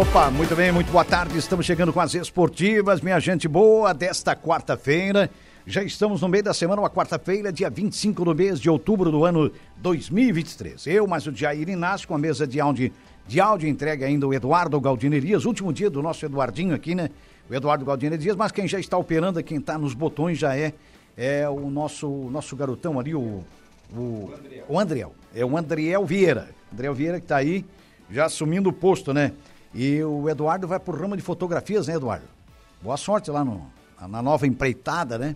Opa, muito bem, muito boa tarde. Estamos chegando com as esportivas, minha gente boa, desta quarta-feira. Já estamos no meio da semana, uma quarta-feira, dia 25 do mês de outubro do ano 2023. Eu, mais o Jair Inácio, com a mesa de áudio, de áudio entregue ainda o Eduardo Galdinerias, último dia do nosso Eduardinho aqui, né? O Eduardo Galdinerias, mas quem já está operando, quem está nos botões já é, é o nosso, nosso garotão ali, o, o, o Andriel. É o Andriel Vieira. Andriel Vieira que está aí, já assumindo o posto, né? E o Eduardo vai pro ramo de fotografias, né, Eduardo? Boa sorte lá no, na nova empreitada, né?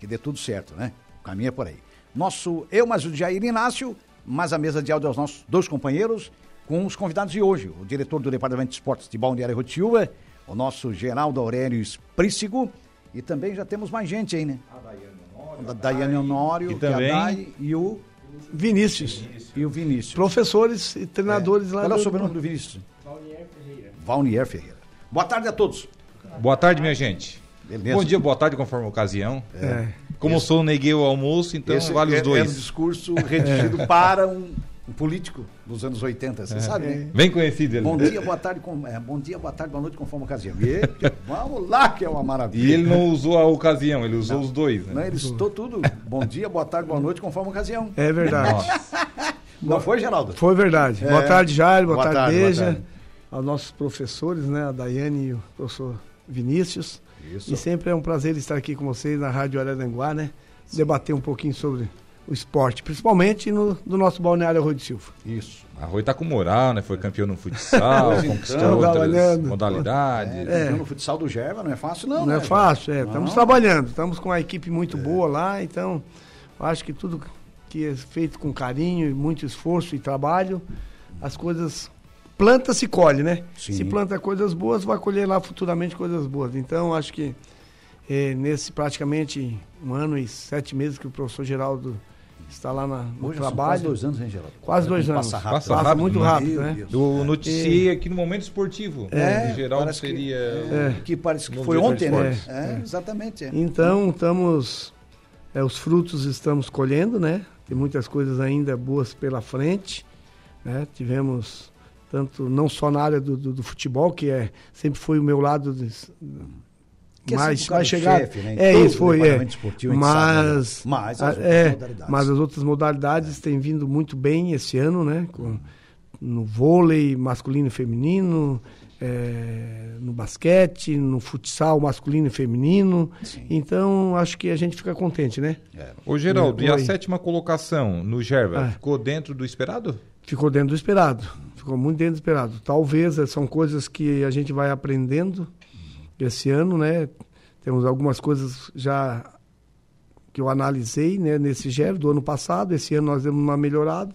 Que dê tudo certo, né? O caminho é por aí. Nosso, eu mais o Jair Inácio, mais a mesa de áudio aos nossos dois companheiros, com os convidados de hoje, o diretor do Departamento de Esportes de Balneário Rotiúva, o nosso Geraldo Aurélio Esprícigo, e também já temos mais gente aí, né? A Daiane Honório, E que é a também- Dai, e o, Vinícius. e o Vinícius. Professores e treinadores lá Qual é o do- sobrenome do Vinícius? Valnier Ferreira. Valnier Ferreira. Boa tarde a todos. Boa tarde, minha gente. Beleza. Bom dia, boa tarde, conforme a ocasião. É. Como eu sou, neguei o almoço, então Esse vale é, os É um dois. discurso redigido É. para um, um político dos anos 80, você sabe, né? Bem É. conhecido ele. Bom dia, boa tarde, com, é, bom dia, boa tarde, boa noite, conforme a ocasião. E, vamos lá, que é uma maravilha. E ele não usou a ocasião, ele usou os dois, Não, né? ele citou tudo. Bom dia, boa tarde, boa noite, conforme a ocasião. É verdade. Não foi, Geraldo? Foi verdade. Boa É. tarde, Jair. Boa, Boa tarde, tarde, boa Deja. tarde. Aos nossos professores, né? A Daiane e o professor Vinícius. Isso. E sempre é um prazer estar aqui com vocês na Rádio Araranguá, né? Debater um pouquinho sobre o esporte, principalmente no, do nosso balneário Arroio de Silva. Isso. A Rui tá com moral, né? Foi campeão no futsal, Pois então, conquistou outras trabalhando. modalidades. É, No futsal do Gerva não é fácil, não. Não é né? fácil, é. Não. É. Estamos trabalhando, estamos com uma equipe muito boa lá, então eu acho que tudo que é feito com carinho e muito esforço e trabalho, as coisas. Planta se colhe, né? Sim. Se planta coisas boas, vai colher lá futuramente coisas boas. Então, eu acho que eh, nesse praticamente um ano e sete meses que o professor Geraldo está lá na- no Hoje trabalho. quase dois anos, hein, Geraldo? Quase dois Como anos. Passa rápido. Passa, Passa rápido muito demais. rápido, Meu né? Deus. Eu noticiei aqui no momento esportivo. É, em geral É. parece que- seria. É, Que parece que Não foi vi ontem, né? esportes. É, exatamente. é. Então, estamos. é, os frutos estamos colhendo, né? Tem muitas coisas ainda boas pela frente. Né? Tivemos tanto, não só na área do, do- do futebol, que é, sempre foi o meu lado de- Que é mais, sempre o cara mais do chegado. chefe, né? Em É todo isso, foi. É. departamento esportivo a gente sabe, né? mas, Mas as a- outras é, modalidades. mas as outras modalidades têm vindo muito bem esse ano, né? Com- no vôlei masculino e feminino, é, no basquete, no futsal masculino e feminino. Então, acho que a gente fica contente, né? É. Ô, Geraldo, e a Oi. sétima colocação no Gerva Ah. ficou dentro do esperado? Ficou dentro do esperado. Ficou muito dentro do esperado. Talvez eh, são coisas que a gente vai aprendendo esse ano, né? Temos algumas coisas já que eu analisei né, nesse GEV do ano passado. Esse ano nós demos uma melhorada.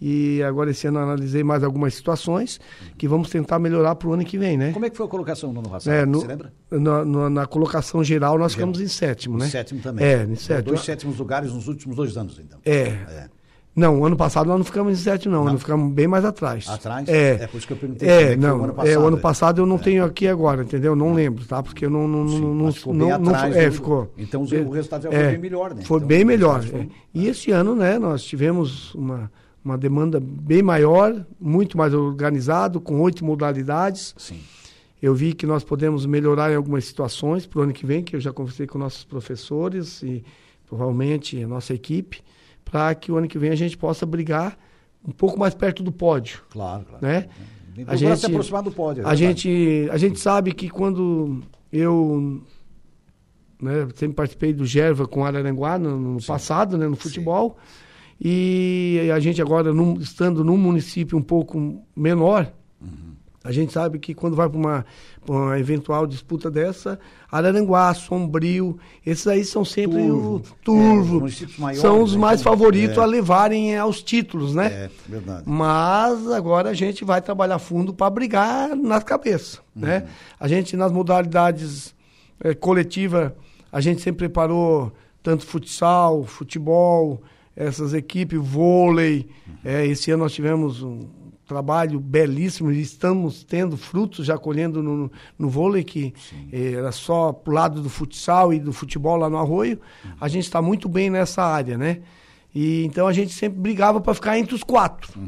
E agora esse ano eu analisei mais algumas situações que vamos tentar melhorar para o ano que vem, né? Como é que foi a colocação no ano passado? É, no- Você lembra? na, na- na colocação geral nós ficamos em sétimo, né? Em sétimo também. Então, É, em sétimo. Dois sétimos lugares nos últimos dois anos, então. É, É. Não, ano passado nós não ficamos em sétimo, não. Nós ficamos bem mais atrás. Atrás? É. É por isso que eu perguntei como é É, que foi não. o ano é, passado. o ano passado eu não tenho aqui agora, entendeu? Não lembro, tá? Porque eu não. não, não, não, mas ficou bem não- não- atrás é, do- ficou. Então, o É, resultado já foi bem melhor, né? Foi Então, bem o melhor. resultado foi- é. E esse ano, né, nós tivemos uma, uma demanda bem maior, muito mais organizado, com oito modalidades. Sim. Eu vi que nós podemos melhorar em algumas situações para o ano que vem, que eu já conversei com nossos professores e provavelmente a nossa equipe, para que o ano que vem a gente possa brigar um pouco mais perto do pódio, Claro, claro. né? Então, A gente, se aproximar do pódio. é a verdade. gente, a gente sabe que quando eu né, sempre participei do Gerva com Araranguá no, no passado, né, no futebol, e a gente agora num- estando num município um pouco menor, Uhum. a gente sabe que quando vai para uma, pra uma eventual disputa dessa, Araranguá, Sombrio, esses aí são sempre Turvo. o É, os Turvo, municípios maiores, são os né, mais então, favoritos é. a levarem aos títulos, né? É, verdade. Mas agora a gente vai trabalhar fundo para brigar nas cabeças, né? A gente nas modalidades eh, coletiva, a gente sempre preparou tanto futsal, futebol, essas equipes, vôlei. Eh, esse ano nós tivemos um trabalho belíssimo e estamos tendo frutos já colhendo no, no vôlei que eh, era só pro lado do futsal e do futebol lá no Arroio. A gente está muito bem nessa área, né? E então a gente sempre brigava para ficar entre os quatro,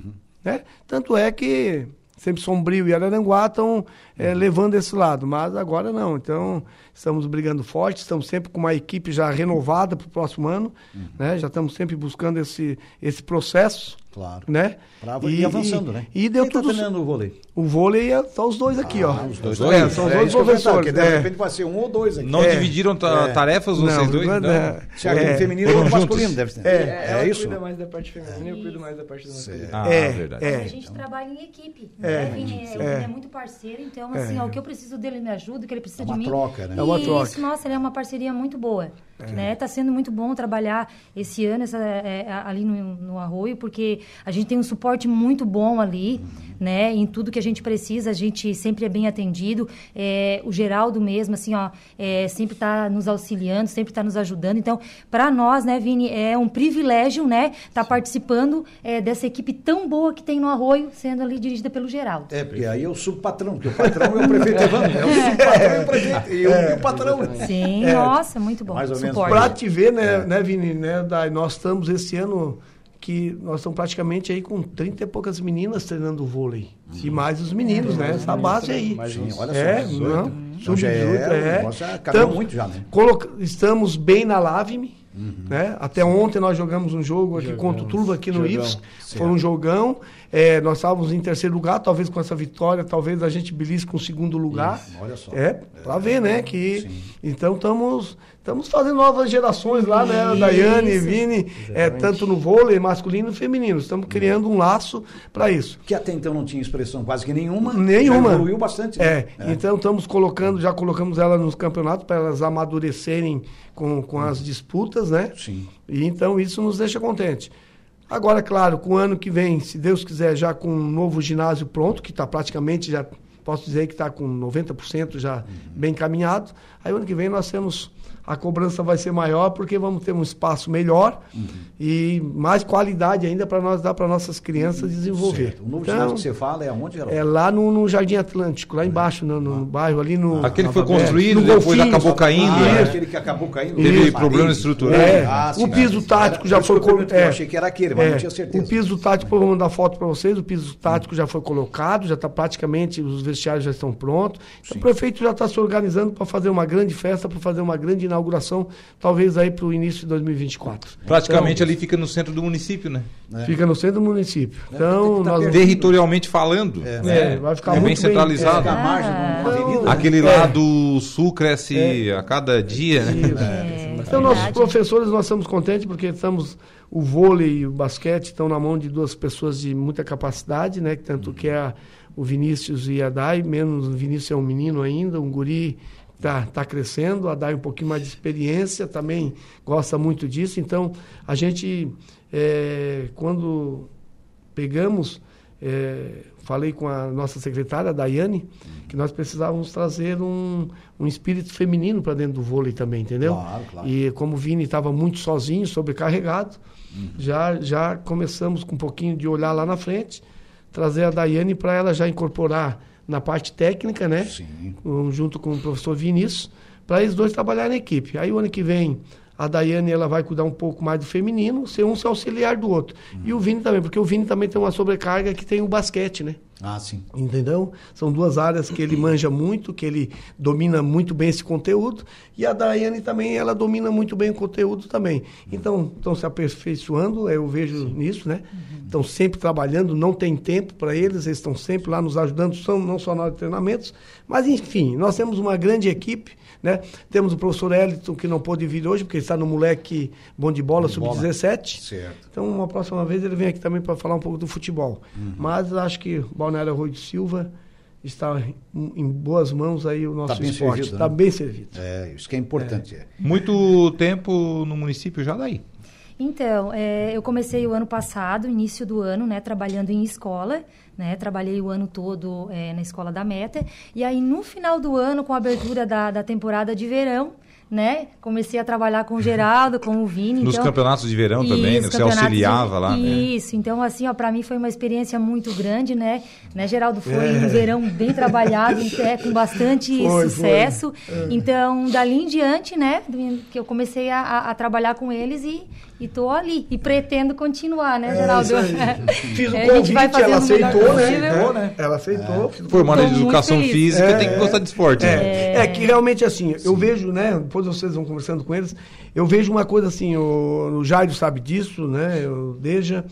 né? Tanto é que sempre Sombrio e Araranguá estão Uhum. eh, levando esse lado, mas agora não. Então, estamos brigando forte, estamos sempre com uma equipe já renovada para o próximo ano, Uhum. né? Já estamos sempre buscando esse, esse processo, Claro. né? Pra ir avançando, e- né? E deu Quem tudo tá certo. treinando o vôlei? O vôlei é só os dois aqui, ó. os dois. dois? É, são os É dois isso que eu ia falar, porque professores. de é. repente vai ser um ou dois aqui. Não É. dividiram ta- tarefas vocês dois? não, então? é. Se alguém É. feminino ou masculino, deve ser. É, É, ela isso? cuida mais da parte feminina, eu cuido mais da parte masculina. Ah, É, verdade. é. A gente trabalha em equipe. né, Vini? É, ele é muito parceiro, então, assim, ó, o que eu preciso dele me ajuda, o que ele precisa É uma de mim. troca, É. né? E É uma troca. Isso, nossa, ele é uma parceria muito boa. Né? Tá sendo muito bom trabalhar esse ano essa, é, é, ali no, no Arroio, porque a gente tem um suporte muito bom ali, Uhum. né? Em tudo que a gente precisa, a gente sempre é bem atendido. É, o Geraldo mesmo, assim, ó, é, sempre tá nos auxiliando, sempre tá nos ajudando. Então, para nós, né, Vini, é um privilégio, né? Tá participando é, dessa equipe tão boa que tem no Arroio, sendo ali dirigida pelo Geraldo. É, porque aí eu sou o patrão, porque o patrão é o prefeito Evandro. É o subpatrão e o prefeito. E eu e o patrão. né? Sim, nossa, muito bom. É Mais ou menos Suporte. por aí. Pra te ver, né, né Vini, né, Dai, nós estamos esse ano que nós estamos praticamente aí com 30 e poucas meninas treinando vôlei. E mais os meninos, né? Essa base aí. Sim, olha só, é, 18. não. Então já é, Sub-18, o é. negócio já caminhou Então, muito já, né? coloca- estamos bem na Lavime, né? Até ontem nós jogamos um jogo aqui contra o Turvo aqui no Jogão. IFS. Foi um jogão. É, nós estávamos em terceiro lugar, talvez com essa vitória, talvez a gente belisque com o segundo lugar. Isso, olha só. É, pra ver, né? Que, então estamos estamos fazendo novas gerações lá, né? Isso. Daiane, Vini, é, tanto no vôlei masculino e feminino. Estamos criando um laço para isso. Que até então não tinha expressão quase que nenhuma. Nenhuma. Já evoluiu bastante. né? É, então estamos colocando, já colocamos ela nos campeonatos para elas amadurecerem com, com as disputas, né? Sim. E então isso nos deixa contente. Agora, claro, com o ano que vem, se Deus quiser, já com um novo ginásio pronto, que está praticamente já, posso dizer que está com 90% já bem caminhado, aí ano que vem nós temos, a cobrança vai ser maior, porque vamos ter um espaço melhor Uhum. e mais qualidade ainda para nós dar para nossas crianças desenvolver. Uhum. Certo. O novo Então, ginásio que você fala é aonde, Geraldo? é lá no, no Jardim Atlântico, lá embaixo, no, no bairro, ali no. Aquele que foi é, construído, no depois golfinho. acabou caindo. Ah, né? é aquele que acabou caindo. Teve Isso. problema estrutural. É, Ah, sim, o piso sim. tático Era- já por isso foi que eu perguntei, colo- Eu é. achei que era aquele, mas É, não tinha certeza. O piso tático, vou mandar foto para vocês, o piso tático já foi colocado, já está praticamente, os vestiários já estão prontos. Então, O prefeito já está se organizando para fazer uma grande festa, para fazer uma grande inauguração, talvez aí para o início de 2024. Praticamente ali fica no centro do município, né? Então, fica no centro do município. É, tá Então, nós vamos- Territorialmente falando. É, É, vai ficar bem muito bem- É. centralizado. Fica à É, margem Ah, de uma avenida. né? Aquele lá do sul cresce É. a cada dia, né? é Então, nossos É, Verdade. professores, nós estamos contentes porque estamos. O vôlei e o basquete estão na mão de duas pessoas de muita capacidade, né? Tanto que é a- o Vinícius e a Dai, menos o Vinícius é um menino ainda, um guri tá, tá crescendo, a Dai um pouquinho mais de experiência, também gosta muito disso. Então, a gente, é, quando pegamos, eh, falei com a nossa secretária, a Daiane, que nós precisávamos trazer um, um espírito feminino para dentro do vôlei também, entendeu? Claro, claro. E como o Vini estava muito sozinho, sobrecarregado, já, já começamos com um pouquinho de olhar lá na frente, trazer a Daiane para ela já incorporar na parte técnica, né? Sim. um, junto com o professor Vinícius, para eles dois trabalharem em equipe. Aí o ano que vem a Daiane ela vai cuidar um pouco mais do feminino, ser um se auxiliar do outro. E o Vini também, porque o Vini também tem uma sobrecarga que tem o basquete, né? Ah, sim. Entendeu? São duas áreas que ele manja muito, que ele domina muito bem esse conteúdo, e a Daiane também, ela domina muito bem o conteúdo também. Então, estão se aperfeiçoando, eu vejo nisso, né? Estão sempre trabalhando, não tem tempo para eles, eles estão sempre lá nos ajudando, são, não só na hora de treinamentos, mas enfim, nós temos uma grande equipe, né? Temos o professor Eliton, que não pôde vir hoje, porque ele está no moleque bom de bola, bola. sub-17. Certo. Então, uma próxima vez ele vem aqui também para falar um pouco do futebol. Uhum. Mas acho que o Balneário Arroio de Silva está em, em boas mãos aí o nosso Tá bem esporte. servido, Está né? bem servido. É, isso que é importante. é. Muito tempo no município já daí. Então, é, eu comecei o ano passado, início do ano, né, trabalhando em escola, né, trabalhei o ano todo é, na escola da Meta, e aí no final do ano, com a abertura da, da temporada de verão, né? Comecei a trabalhar com o Geraldo, com o Vini. Nos então... campeonatos de verão também, né? Isso, você campeonatos de- auxiliava lá, né? Isso, então assim, ó, para mim foi uma experiência muito grande, né? Né, Geraldo foi um verão bem trabalhado, é, com bastante É. Foi, É. sucesso. Então, dali em diante, né, do- que eu comecei a, a- a trabalhar com eles e e tô ali e pretendo continuar, né, Geraldo? É, Fiz o É, convite, ela fazendo o melhor aceitou, né? possível. Aceitou, né? Ela É. aceitou. fiz o Formando Tô em muito educação feliz. física, tem que gostar de esporte. né? É, é que realmente assim, eu vejo, né? Depois vocês vão conversando com eles, eu vejo uma coisa assim, o, o Jairo sabe disso, né? O Deja.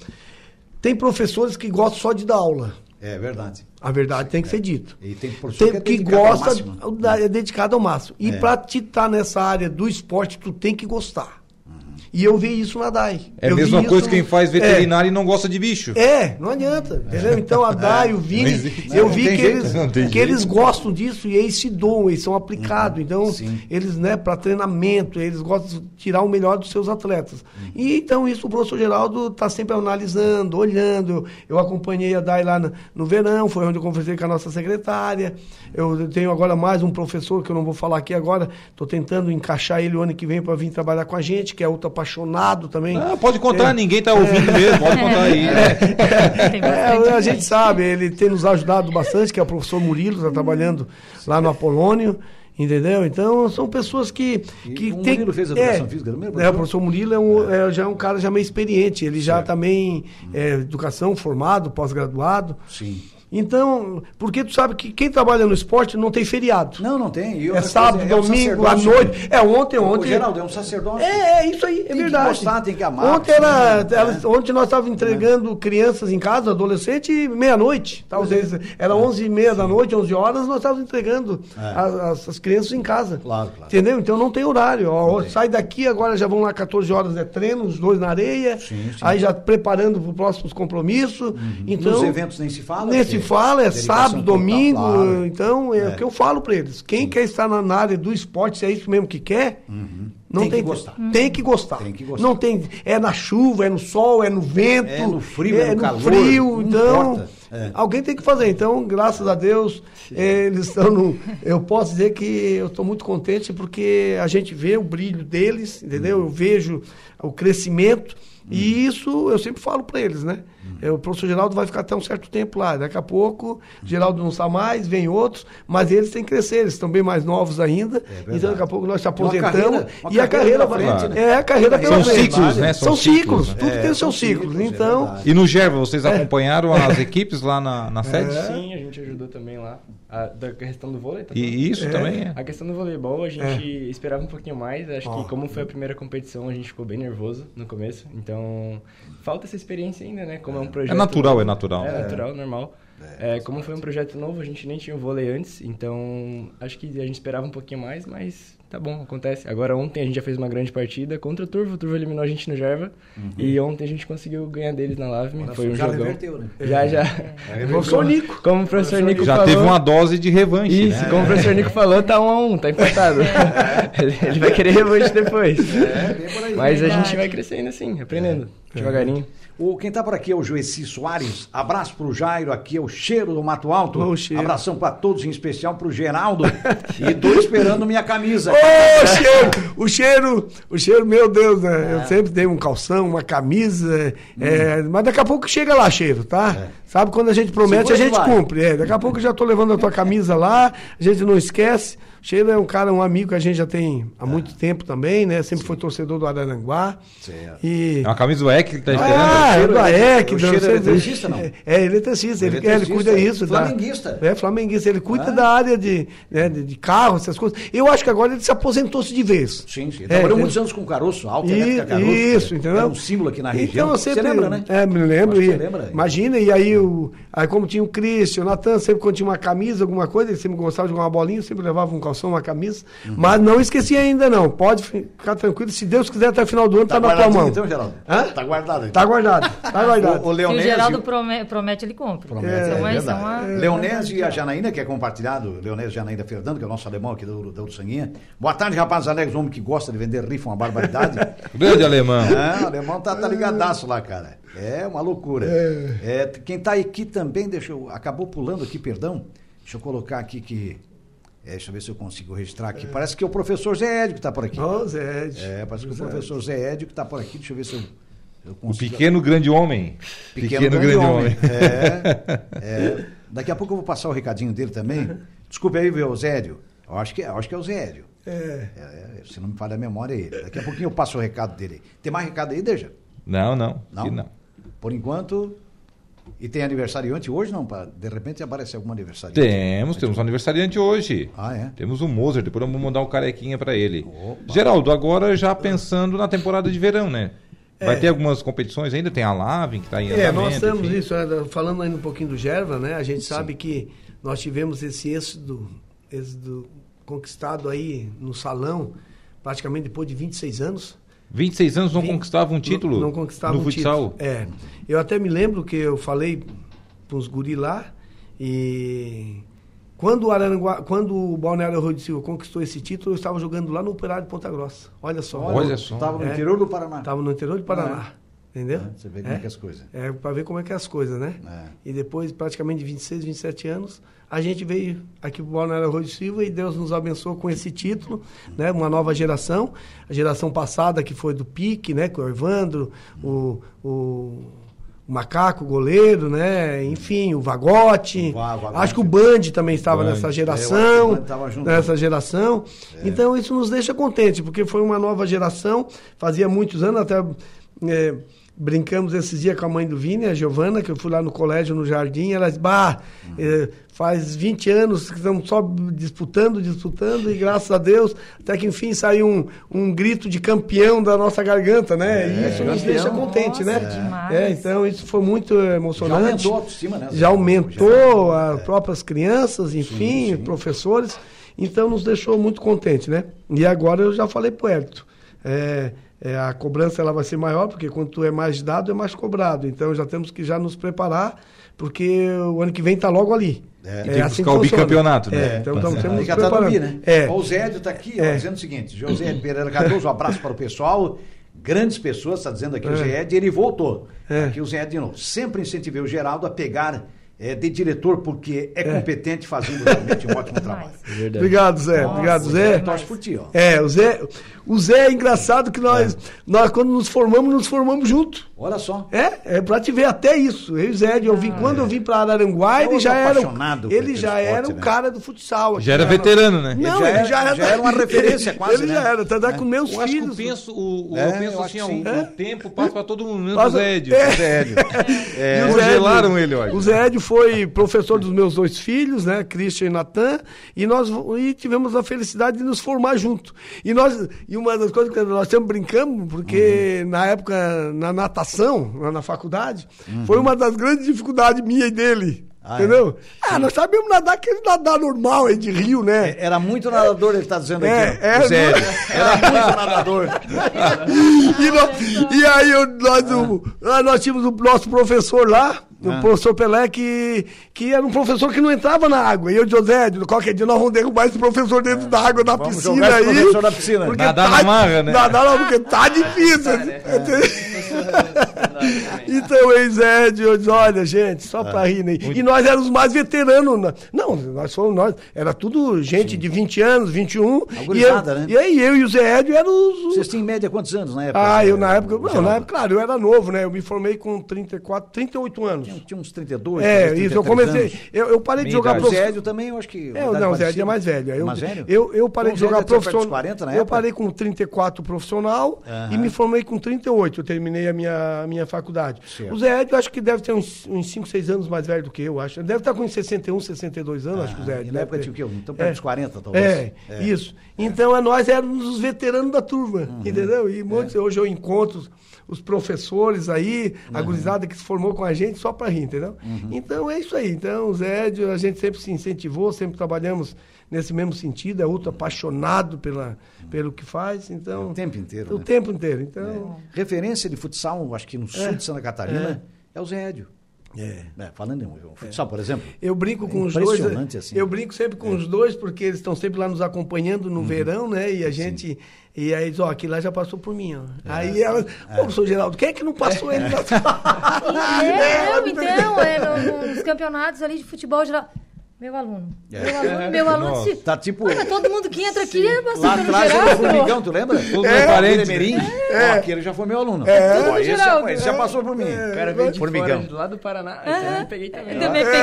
Tem professores que gostam só de dar aula. É verdade. A verdade tem que ser dito. é. E tem professor Tem, que é que dedicado ao gosta, máximo. né? da- é dedicado ao máximo. E É. pra te estar nessa área do esporte, tu tem que gostar. Uhum. E eu vi isso na DAI. É a Eu vi mesma isso coisa no- quem faz É. veterinário e não gosta de bicho. É, não adianta, entendeu? Então a Dai, o Não Vini, existe. eu Não, vi não tem que, jeito, Uhum. eles, não tem que eles gostam disso e eles se doam, eles são aplicados. Então, sim. eles, né, para treinamento, eles gostam de tirar o melhor dos seus atletas. Uhum. E então isso o professor Geraldo está sempre analisando, olhando. Eu acompanhei a Dai lá na- no verão, foi onde eu conversei com a nossa secretária. Eu tenho agora mais um professor que eu não vou falar aqui agora, estou tentando encaixar ele o ano que vem para vir trabalhar com a gente, que é outro apaixonado também. Ah, pode É. contar, ninguém tá ouvindo mesmo, pode contar aí. né? Tem bastante É, a gente gente. sabe, ele tem nos ajudado bastante, que é o professor Murilo, está trabalhando lá no Apolônio, entendeu? Então, são pessoas que... que o tem- Murilo fez é, educação física também, É, professor? o professor Murilo é um, é, já é um cara já meio experiente, ele já também é Uhum. educação, formado, pós-graduado. Sim. Então, porque tu sabe que quem trabalha no esporte não tem feriado. Não, não tem. E é outra sábado, coisa, é um domingo, à sacerdócio. noite. É ontem, Ô, ontem... Geraldo, é um sacerdócio. É, é isso aí, é Tem que verdade. gostar, tem que amar. Ontem, ela, Sim, ela- né? ontem nós estávamos entregando crianças em casa, adolescente, meia-noite. É. Talvez era 11 e meia da noite, 11 horas, nós estávamos entregando É. as, as- as crianças em casa. Claro, claro. Entendeu? Então não tem horário. ó, tem. sai daqui, agora já vão lá 14 horas, é treino, os dois na areia. Sim, sim. Aí já preparando para os próximos compromissos. Então, Nos eventos nem se fala, Nem se porque fala, é dedicação sábado, total, domingo. claro. Então é, É. o que eu falo para eles. Quem quer estar na, na área do esporte, se é isso mesmo que quer, não Tem tem, que gostar. Tem que gostar. Tem que gostar. Não tem. É na chuva, é no sol, é no vento. É no frio, é no calor, não frio, então. importa. É. Alguém tem que fazer. Então, graças a Deus, eh, eles estão no. Eu posso dizer que eu estou muito contente porque a gente vê o brilho deles, Hum. entendeu? Eu vejo o crescimento. E isso eu sempre falo para eles, né? Hum. Eh, O professor Geraldo vai ficar até um certo tempo lá. Daqui a pouco, Geraldo não está mais, vem outros, mas eles têm que crescer, eles estão bem mais novos É ainda. então, daqui a pouco nós se aposentamos carreira- uma e a carreira carreira pela vai. frente, né? É a carreira pela São frente. ciclos, né? São São ciclos, ciclos. né? Tudo É, tem os são seus ciclos. ciclos, é Então, verdade. E no Gerva, vocês acompanharam as equipes lá na, É. na sede? Sim, a gente ajudou também lá. A, da questão do vôlei também. E É. isso também é. A questão do voleibol, a gente esperava um pouquinho mais. Acho que como foi a primeira competição, a gente ficou bem nervoso no começo. Então, falta essa experiência ainda, né? Como é um projeto... É natural, é natural. É natural, normal. É, como foi um projeto novo, a gente nem tinha o vôlei antes, então acho que a gente esperava um pouquinho mais, mas tá bom, acontece. Agora ontem a gente já fez uma grande partida contra o Turvo, o Turvo eliminou a gente no Jarva, e ontem a gente conseguiu ganhar deles na Lavme, Uhum. Olha foi só, um já jogão. reverteu, né? Já, já. É, o professor Nico. Como o professor Nico Já falou... teve uma dose de revanche, Isso, É. né? como o professor Nico falou, tá um a um, tá empatado. ele, ele vai querer revanche depois. É, bem por aí. É. Mas a Verdade. gente vai crescendo assim, aprendendo, devagarinho. O, quem tá por aqui é o Joeci Soares. Abraço pro Jairo, aqui é o Cheiro do Mato Alto. Ô, Cheiro. Abração pra todos, em especial pro Geraldo. e tô esperando minha camisa. Ô, cheiro! O cheiro, o cheiro, meu Deus, né? É. Eu sempre dei um calção, uma camisa, é, mas daqui a pouco chega lá, cheiro, tá? Sabe, quando a gente promete, for, a gente É. vai. cumpre. é. Daqui a pouco eu já tô levando a tua camisa lá, a gente não esquece. O cheiro é um cara, um amigo que a gente já tem É. há muito tempo também, né? Sempre foi torcedor do Araranguá. Certo. E... É uma camisa do EC que tá Ah, esperando. cheiro é do é- AEC. o do- cheiro é é- eletricista, não? É, é eletricista, ele, Eletricista, é ele cuida isso. da- flamenguista. é, flamenguista, ele cuida Ah. da área de, né, de, de carro, essas coisas. Eu acho que agora ele se aposentou-se de vez. Sim, sim. É, Trabalhou ele- muitos anos com Caroço, Alta I- Elétrica Caroço. Isso, né? entendeu? Era um símbolo aqui na região. Então, eu sempre, Você lembra, né? É, me Acho lembro. que e- você lembra. Imagina, e aí, o, aí como tinha o Cristian, o Natan, sempre quando tinha uma camisa, alguma coisa, ele sempre gostava de jogar uma bolinha, sempre levava um calção, uma camisa. Uhum. Mas não esqueci ainda, não. Pode ficar tranquilo, se Deus quiser, até o final do ano, tá, na tua guardadinho, mão. Então, Geraldo? Hã? Tá guardado. então. Tá guardado, tá guardado. O, o Se o Leonésio... Geraldo prome- promete, ele cumpra. Promete, Então, é é- isso é verdade. uma- Leonésio e a Janaína, que é compartilhado, Leonésio e Janaína Fernando, que é o nosso alemão aqui do, do Sanguinha. Boa tarde, rapaz Alex, homem que gosta de vender rifa, uma barbaridade. Grande alemão. Ah, o alemão tá, tá ligadaço lá, cara. É uma loucura. É, t- quem tá aqui também, deixa eu. Acabou pulando aqui, perdão. Deixa eu colocar aqui que. É, deixa eu ver se eu consigo registrar aqui. Parece que é o professor Zé Édio que está por aqui. Ô, Zé Ed. É, parece que o professor Zé Édio que está por aqui. Deixa eu ver se eu, eu O consigo. Um pequeno grande homem. É, é. Daqui a pouco eu vou passar o recadinho dele também. Desculpe aí, viu, Zé Édio. Eu acho que, é- eu acho que é o Zé Édio. É. É, é, se não me falha a memória, é ele. Daqui a pouquinho eu passo o recado dele. Tem mais recado aí, Deja? Não, não. Não? que não. Por enquanto. E tem aniversariante hoje, não? Pra, de repente aparece algum aniversariante. Temos, temos um aniversariante hoje. Ah, é? Temos o Mozart, depois vamos mandar o carequinha pra ele. Opa. Geraldo, agora já pensando na temporada de verão, né? Vai ter algumas competições ainda, tem a Lavin que tá em É, andamento. nós temos enfim. isso, né, falando ainda um pouquinho do Gerva, né? A gente sabe que nós tivemos esse êxodo, êxodo conquistado aí no salão, praticamente depois de 26 anos. 26 anos não Vin- conquistava um título Não, não conquistava no um futsal. título. É. Eu até me lembro que eu falei para uns guri lá e quando o Araranguá, quando o Balneário Arroio de Silva conquistou esse título, eu estava jogando lá no Operário de Ponta Grossa. Olha só. Olha só. Estava no É. interior do Paraná. Estava no interior de Paraná. Entendeu? É, Você vê como é que é as coisas. É, para ver como é que é as coisas, né? É. E depois, praticamente de 26, 27 anos, a gente veio aqui pro Balneário Arroio de Silva e Deus nos abençoou com esse título, né? Uma nova geração, a geração passada que foi do Pique, né? Com o Evandro, o, o, o Macaco, o goleiro, né? Enfim, o Vagote. O Va- Vagote. Acho que o Band também estava Band. nessa É, eu acho que o geração, Band tava junto. É. nessa geração. Então, isso nos deixa contentes, porque foi uma nova geração, fazia muitos anos, até é, brincamos esses dias com a mãe do Vini, a Giovana, que eu fui lá no colégio, no jardim, ela disse, bah, Uhum. é, faz 20 anos que estamos só disputando, disputando, e graças a Deus, até que enfim saiu um, um grito de campeão da nossa garganta, né? e isso nos É, campeão. deixa contente, Nossa, né? demais. É, então isso foi muito Já emocionante aumentou a autoestima, né? Zé? já aumentou Já- as próprias crianças, enfim, professores. Então nos deixou muito contente, né? E agora eu já falei pro Hélito. é, é, a cobrança ela vai ser maior, porque quando tu é mais dado, é mais cobrado. Então já temos que já nos preparar, porque o ano que vem tá logo ali. assim É. E tem que buscar o funciona. bicampeonato, né? É, então, então Tem temos Aí que já tá no preparar. Bi, né? É. Ó, O Zé Edio tá aqui, ó, É. dizendo o seguinte: José Edio Pereira Cardoso, um abraço para o pessoal. Grandes pessoas, está dizendo aqui o É. Zé Edio, ele voltou. É. Aqui o Zé Edio de novo. Sempre incentivei o Geraldo a pegar eh, de diretor, porque é, competente, fazendo realmente um ótimo É. trabalho. Verdade. Obrigado, Zé. Nossa, Obrigado, É, Zé. torce por ti, ó. É, o Zé, o Zé é engraçado que nós, nós quando nos formamos, nos formamos junto. Olha só. É, é pra te ver até isso. Eu e o Zé, Ed, eu vi quando eu vim pra Araranguá, Ah, É ele outro já era. apaixonado o- por Ele aquele já esporte, era o né? cara do futsal. aqui Já era na- veterano, né? Não, Ele já ele já era- era, já era uma referência quase, Ele né? já era, tá dando com meus Eu acho que eu filhos. penso, o, o- É, eu penso eu acho assim, que ó, sim. o É. tempo passa pra todo mundo, menos Passa- o Zé Edio. É. Zé Edio. E É, o Zé congelaram Ed- ele, olha. O Zé Ed foi professor dos meus dois filhos, né? Christian e Natan, e nós vo- e tivemos a felicidade de nos formar junto. E nós e uma das coisas que nós sempre brincamos, porque na época na natação, lá na faculdade, foi uma das grandes dificuldades minha e dele. Ah, é? entendeu? Ah, nós sabíamos nadar aquele nadar normal aí de rio, né? É, Era muito nadador, ele está dizendo É, aqui. ó, é, o Zé Edio. Era muito nadador. e, nós- e aí eu- nós, o- ah, nós tínhamos o nosso professor lá, Ah. o professor Pelé, que, que era um professor que não entrava na água. E eu, José, qualquer dia nós vamos derrubar esse professor dentro da água, na É. Vamos piscina jogar aí. esse professor na piscina. porque tá Nadar na marra, né? Nadar na porque tá difícil. Então, eu e Zé, de hoje, olha, gente, Ah, só pra rir, né? E nós éramos os mais veteranos. na- Não, nós fomos nós. Era tudo gente de 20 anos, 21. A E, eu, gurizada, né? e aí, eu e o Zé Edio eram os, os- Vocês tinham em média quantos anos na época? ah, Zé eu na Edio? época, não, na época, claro, eu era novo, né? Eu me formei com 34, 38 anos. Tinha um né? uns 32, É, talvez isso, eu 33 comecei, anos. eu, eu parei de Minha jogar idade. O prof- Zé Edio também, eu acho que. É, idade não, o Zé Ed parecida. é mais velho. Eu, mais velho? Eu, eu parei Então, de o Zé jogar Ed tinha perto dos né? profissional. 40 na Eu época? parei com 34 profissional Aham. e me formei com 38. Eu terminei a minha, a minha faculdade. Certo. O Zé Ed, eu acho que deve ter uns, uns 5, 6 anos mais velho do que eu, acho. Ele deve estar com uns 61, 62 anos, acho que o Zé Ah, Ed. e na deve época ter. tinha o quê? Então, perto É. dos 40, talvez. É, isso. Então, é, nós éramos os veteranos da turma, Uhum. entendeu? E muitos, É. hoje eu encontro os, os professores aí, Uhum. a gurizada que se formou com a gente só para rir, entendeu? Então, é isso aí. Então, Zé, Edio, a gente sempre se incentivou, sempre trabalhamos nesse mesmo sentido, é outro apaixonado pela, pelo que faz, então... O tempo inteiro, O né? tempo inteiro, então... Referência de futsal, acho que no sul de Santa Catarina, é, o Zé Edio. É. É, falando em um futsal, por exemplo. Eu brinco com os dois. né? impressionante, assim. Eu brinco sempre com os dois, porque eles estão sempre lá nos acompanhando no verão, né? E a gente. E aí diz, ó, aquele lá já passou por mim, ó. Aí ela, pô, professor Geraldo, quem é que não passou ele? É, não, então, é, no- nos campeonatos ali de futebol geral. Meu aluno. É. Meu aluno, meu aluno. Nossa. se- Tá tipo. Olha, todo mundo que entra aqui é Lá passando no atrás era o geral. formigão, tu lembra? Todo mundo é parente. Lemerim? É. Ó, aquele já foi meu aluno. É. Ó, esse, já, esse já né? passou por mim. O cara veio de formigão. fora, lá do Paraná. Esse aí eu peguei também. Eu também peguei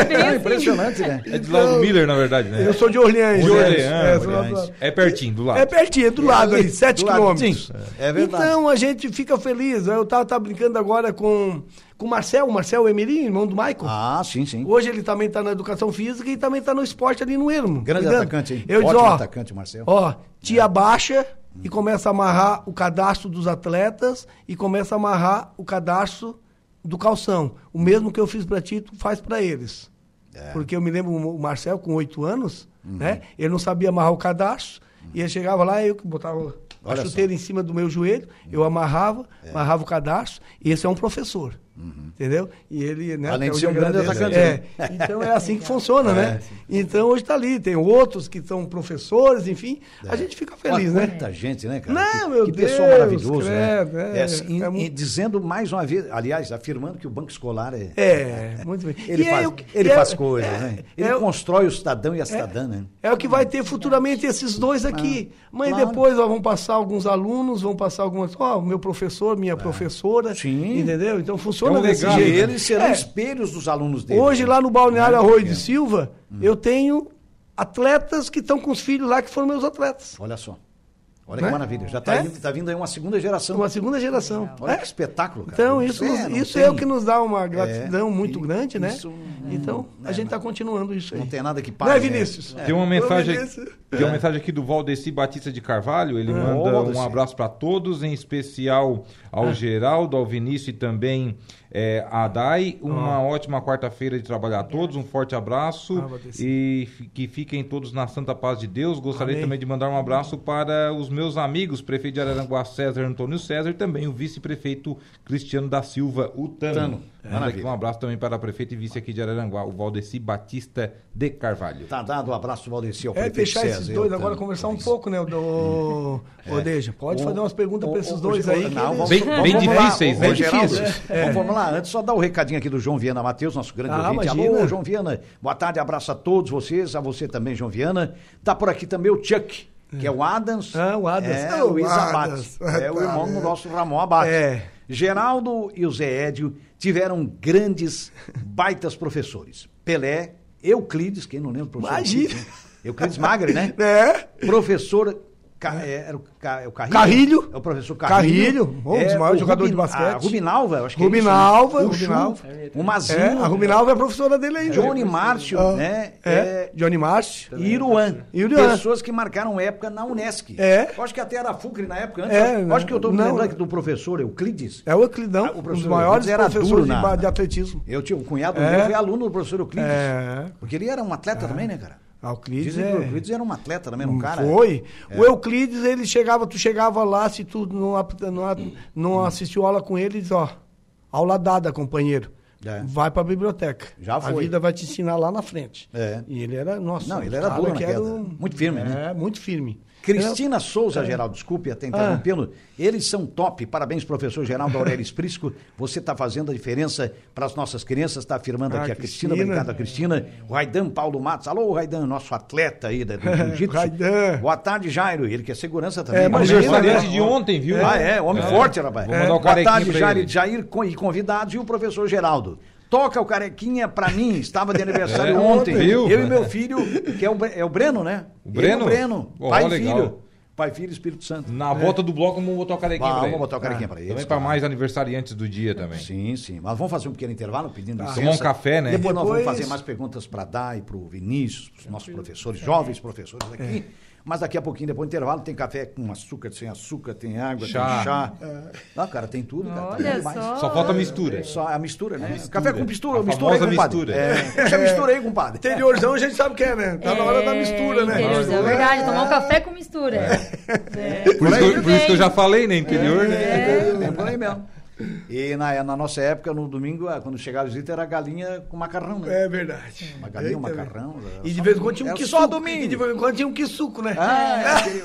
é bem É assim. impressionante, né? É de lá do Miller, na verdade, né? Eu sou de Orleans. De né? Orleans, É, sou lá do Orleans. lado. É pertinho, do lado. É pertinho, é do lado ali, 7 do lado, quilômetros. sim. É verdade. Então a gente fica feliz. Eu tava, tava brincando agora com com o Marcel, o Marcel Emerim, irmão do Maicon. Ah, sim, sim. Hoje ele também está na educação física e também está no esporte ali no Ermo. Grande Cuidando. atacante, hein? Eu disse, Ótimo ó, atacante, Marcel. É. Hum. Ó, tia baixa e começa a amarrar o cadastro dos atletas e começa a amarrar o cadastro do calção. O mesmo que eu fiz para ti, tu faz para eles. É. Porque eu me lembro o Marcel com oito anos, Uhum. né? Ele não sabia amarrar o cadastro e ele chegava lá, eu que botava Olha a só. Uhum. É. chuteira em cima do meu joelho, eu amarrava, amarrava o cadastro e esse é um professor. Uhum. Entendeu? E ele, né? Além até de ser hoje um grande agradeço. atacante, É. né? Então é assim que funciona, né? Então hoje está ali, tem outros que são professores, enfim, a gente fica feliz, É. Olha né? Quanta gente, né, cara? Não, que meu que pessoal Deus, maravilhoso, credo, né? é, É, assim, é e- muito- e dizendo mais uma vez, aliás, afirmando que o Banco Escolar é. É, muito bem. Ele E é faz, o que- ele é- faz coisas, é- né? Ele é o- constrói o cidadão e a cidadã, né? É o que vai ter futuramente esses dois aqui. Mas Ah, claro. depois ó, vão passar alguns alunos, vão passar algumas. Ó, o meu professor, minha professora. É. Sim. Entendeu? Então funciona É um desse legado, E jeito. eles serão É, espelhos dos alunos dele. Hum. Hoje, lá no Balneário Arroio de Silva, eu tenho atletas que estão com os filhos lá que foram meus atletas. Olha só. Olha Né? que maravilha. Já está É? vindo, tá vindo aí uma segunda geração. Uma segunda geração. Olha É. que espetáculo, cara. Então, isso, nos- não isso tem- é o que nos dá uma gratidão É, muito e grande, né? isso, hum, então, a gente está continuando isso aí. Não tem nada que pague. Não é, né? Vinícius? Tem uma mensagem, Vinícius. é tem uma mensagem aqui do Valdeci Batista de Carvalho. Ele Ô, manda Valdeci. um abraço para todos, em especial ao Geraldo, ao Vinícius e também é, à Dai. Uma ótima quarta-feira de trabalho a todos. Um forte abraço Ah, Valdeci. e fi- que fiquem todos na santa paz de Deus. Gostaria Amém. também de mandar um abraço para os meus amigos, prefeito de Araranguá César Antônio César e também o vice-prefeito Cristiano da Silva, o Tano. Tano, Manda maravilha. aqui um abraço também para a prefeita e vice aqui de Araranguá, o Valdeci Batista de Carvalho. Tá dado um abraço, Valdeci, ao É, prefeito deixar César, esses eu É. dois também. agora conversar um pouco, né, do Odeja. Pode Ô, fazer umas perguntas ô, para esses ô, dois ô, aí. não, que vamos- eles- Bem- vamos- bem vamos lá, difíceis, ô, né? ô, Geraldo, Difíceis. Vamos lá, antes só dar o recadinho aqui do João Viana Matheus, nosso grande Ah, ouvinte. imagina. Alô, João Viana, boa tarde, abraço a todos vocês, a você também, João Viana. Tá por aqui também o Chuck, que é o Adams. Ah, o Adams. É, Ah, o o Luiz Adams. tá. Abate. É o irmão do nosso Ramon Abate. É. Geraldo e o Zé Edio tiveram grandes, baitas professores. Pelé, Euclides, quem não lembra o professor? Imagina. Euclides, né? Euclides Magre, né? É. Professor Ca- é, era o, Ca- é o Carrilho? Carrilho. É o professor Carrilho, Carrilho. um dos É, maiores o jogadores de Rubin- basquete. A Rubinalva, eu acho que Rubinalva, é isso. né? O Rubinalva. Chu, o Mazinho, É, a Rubinalva é a professora dele aí. Johnny né? Márcio, Ah, né? É, Johnny Márcio. E Iruan. Iruan. Pessoas que marcaram época na Unesc. É. Eu Acho que até era a Fucre na época. Antes, É, Eu acho que eu estou me não. lembrando aqui do professor Euclides. É o Euclidão, Ah, o um dos professor maiores Euclides era duro professores de, na- ba- de atletismo. Eu tinha um cunhado É. meu, foi aluno do professor Euclides. É. Porque ele era um atleta também, né, cara? Ah, o Euclides Dizem que é... o Euclides era um atleta também, um cara. Hum, Foi. O Euclides, ele chegava, tu chegava lá, se tu não, ap- não, a- Hum. não assistiu aula com ele, diz, ó, aula dada, companheiro. É. Vai pra biblioteca. Já A foi. vida vai te ensinar lá na frente. É. E ele era, nossa, Não, um ele era cara duro na que era queda. um- Muito firme, é, né? muito firme. Cristina É. Souza, Geraldo, desculpe até Ah. interrompendo. Eles são top. Parabéns, professor Geraldo Aurélio Prisco. Você está fazendo a diferença para as nossas crianças. Está afirmando Ah, aqui a Cristina. Cristina. Obrigado, a Cristina. O Raidan Paulo Matos. Alô, Raidan, nosso atleta aí da, do Jiu-Jitsu. Raidan. Boa tarde, Jairo. Ele que é segurança também. É, Vamos imagina, ver, né? Aniversário de ontem, viu? Ah, é, homem forte, rapaz. Vou mandar o Boa carequinha tarde, pra Jair, ele. Jair co- e convidados e o professor Geraldo. Toca o carequinha pra mim, estava de aniversário É, ontem. viu? Eu e meu filho, que é o, Bre- é o Breno, né? O Ele Breno? e O Breno. Ó, pai e legal. Hum, filho. Pai, filho e Espírito Santo. Na volta do bloco, vamos botar o carequinha Ah, pra vamos ele. botar o carequinha pra eles. Também para claro. mais aniversariantes do dia também. Sim, sim. Mas vamos fazer um pequeno intervalo pedindo licença. Tomar um café, né? Depois, nós vamos Depois- fazer mais perguntas para Dai, para o Vinícius, para os nossos professores, jovens professores É. aqui. Mas daqui a pouquinho, depois do intervalo, tem café com açúcar, sem açúcar, tem água, Chá. tem chá. Não, cara, tem tudo, cara. tá bom É. Olha demais. só. Só falta a mistura. É, Só a mistura, né? Café com mistura, A mistura aí, famosa compadre. mistura. É, já misturei, compadre. Interiorzão a gente sabe que é, né? Tá na hora da É, mistura, né? interiorzão, é Mistura. verdade, tomar um café com mistura. É. Por, isso que eu, por isso que eu já falei, né? Interior, né? É. É por aí mesmo. E na, na nossa época, no domingo, ah, quando chegava a visita, era galinha com macarrão, né? É verdade. Uma galinha, um Eita, macarrão. E de vez em quando tinha um Era que É só suco. domingo. E de vez em quando tinha um que suco, né? Ah, é, aquele-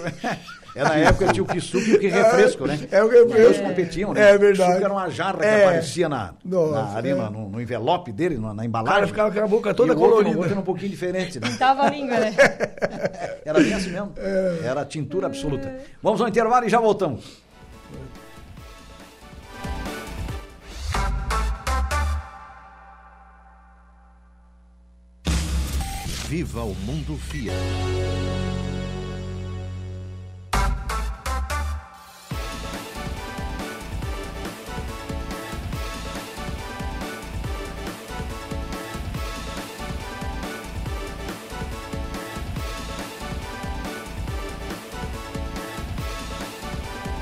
é, na época tinha o que suco e o que refresco, né? É o Eles refresco. competiam, né? É verdade. O suco era uma jarra que É. aparecia na, Nossa, na arena, é. no, no envelope dele, na, na O cara embalagem. ficava com a boca E toda o outro- colorida. O outro era um pouquinho diferente, né? Tava a língua, né? Era bem assim mesmo. É. Era tintura absoluta. Vamos ao intervalo e já voltamos. Viva o Mundo Fiat.